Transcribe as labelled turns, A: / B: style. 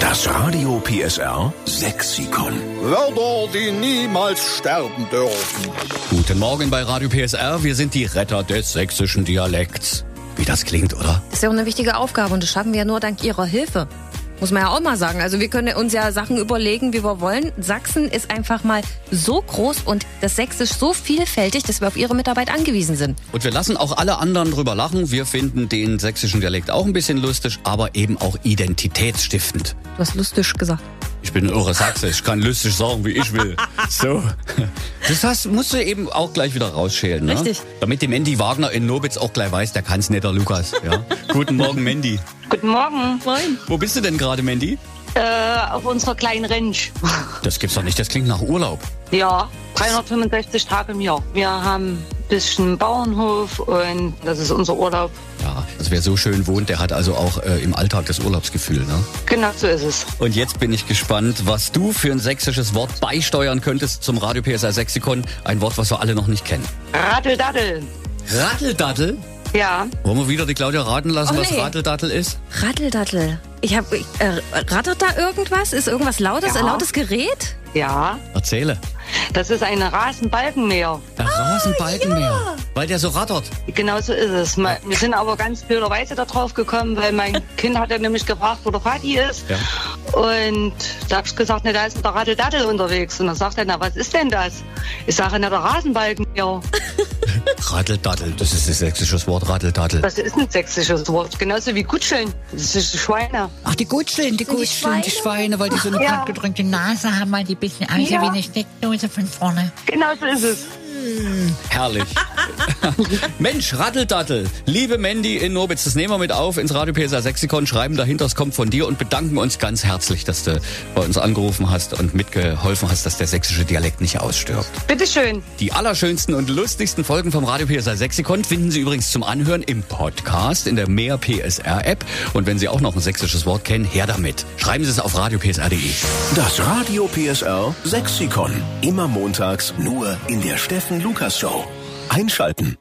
A: Das Radio PSR Sexikon.
B: Wörter, die niemals sterben dürfen.
C: Guten Morgen bei Radio PSR. Wir sind die Retter des sächsischen Dialekts. Wie das klingt, oder?
D: Das ist ja auch eine wichtige Aufgabe und das schaffen wir ja nur dank Ihrer Hilfe. Muss man ja auch mal sagen. Also wir können uns ja Sachen überlegen, wie wir wollen. Sachsen ist einfach mal so groß und das Sächsisch so vielfältig, dass wir auf Ihre Mitarbeit angewiesen sind.
C: Und wir lassen auch alle anderen drüber lachen. Wir finden den sächsischen Dialekt auch ein bisschen lustig, aber eben auch identitätsstiftend.
D: Du hast lustig gesagt.
C: Ich bin ein irrer Sachse, ich kann lustig sagen, wie ich will. So. Das heißt, musst du eben auch gleich wieder rausschälen, ne?
D: Richtig.
C: Damit dem Andy Wagner in Nobitz auch gleich weiß, der kann's nicht, der Lukas. Ja? Guten Morgen, Mandy.
E: Guten Morgen. Moin.
C: Wo bist du denn gerade, Mandy?
E: Äh, auf unserer kleinen Ranch.
C: Das gibt's doch nicht, das klingt nach Urlaub.
E: Ja, 365 Tage im Jahr. Wir haben ein bisschen Bauernhof und das ist unser Urlaub.
C: Ja, also wer so schön wohnt, der hat also auch äh, im Alltag das Urlaubsgefühl, ne?
E: Genau so ist es.
C: Und jetzt bin ich gespannt, was du für ein sächsisches Wort beisteuern könntest zum Radio PSR Sexikon. Ein Wort, was wir alle noch nicht kennen.
E: Raddeldaddel.
C: Raddeldattel?
E: Ja,
C: Wollen wir wieder die Claudia raten lassen,
D: Oh,
C: was
D: nee.
C: Raddeldattel ist?
D: Raddeldattel. Ich habe äh, rattert da irgendwas? Ist irgendwas lautes,
E: Ja.
D: ein lautes Gerät?
E: ja.
C: Erzähle.
E: Das ist ein Rasenbalkenmäher.
C: Der
F: Ah,
C: Rasenbalkenmäher. Weil der so rattert.
E: Genau so ist es. Ma- Wir sind aber ganz blöderweise da drauf gekommen, weil mein Kind hat ja nämlich gefragt, wo der Vati ist.
C: Ja.
E: Und da hab ich gesagt, ne, da ist der Raddeldaddel unterwegs. Und dann sagt er, na, was ist denn das? Ich sage, na, der Rasenbalkenmäher.
C: Raddeldattel, das ist ein sächsisches Wort, Raddeldattel.
E: Das ist ein sächsisches Wort. Genauso wie Kutscheln. Das ist Schweine.
F: Ach, die Gutscheln, die Gutscheln, die Schweine, weil die so eine
E: Ja.
F: plattgedrückte Nase haben, weil die ein bisschen aussehen wie eine Steckdose von vorne.
E: Genau so ist es.
C: Herrlich. Mensch, Raddeldattel. Liebe Mandy in Nobitz, das nehmen wir mit auf ins Radio PSA Sexikon, schreiben dahinter, es kommt von dir und bedanken uns ganz herzlich, dass du bei uns angerufen hast und mitgeholfen hast, dass der sächsische Dialekt nicht ausstirbt.
E: Bitteschön.
C: Die allerschönsten und lustigsten Folgen vom Radio PSR Sexikon finden Sie übrigens zum Anhören im Podcast in der Mehr PSR App. Und wenn Sie auch noch ein sächsisches Wort kennen, her damit. Schreiben Sie es auf radiopsr.de.
A: Das Radio PSR Sexikon. Immer montags nur in der Steffen Lukas Show. Einschalten.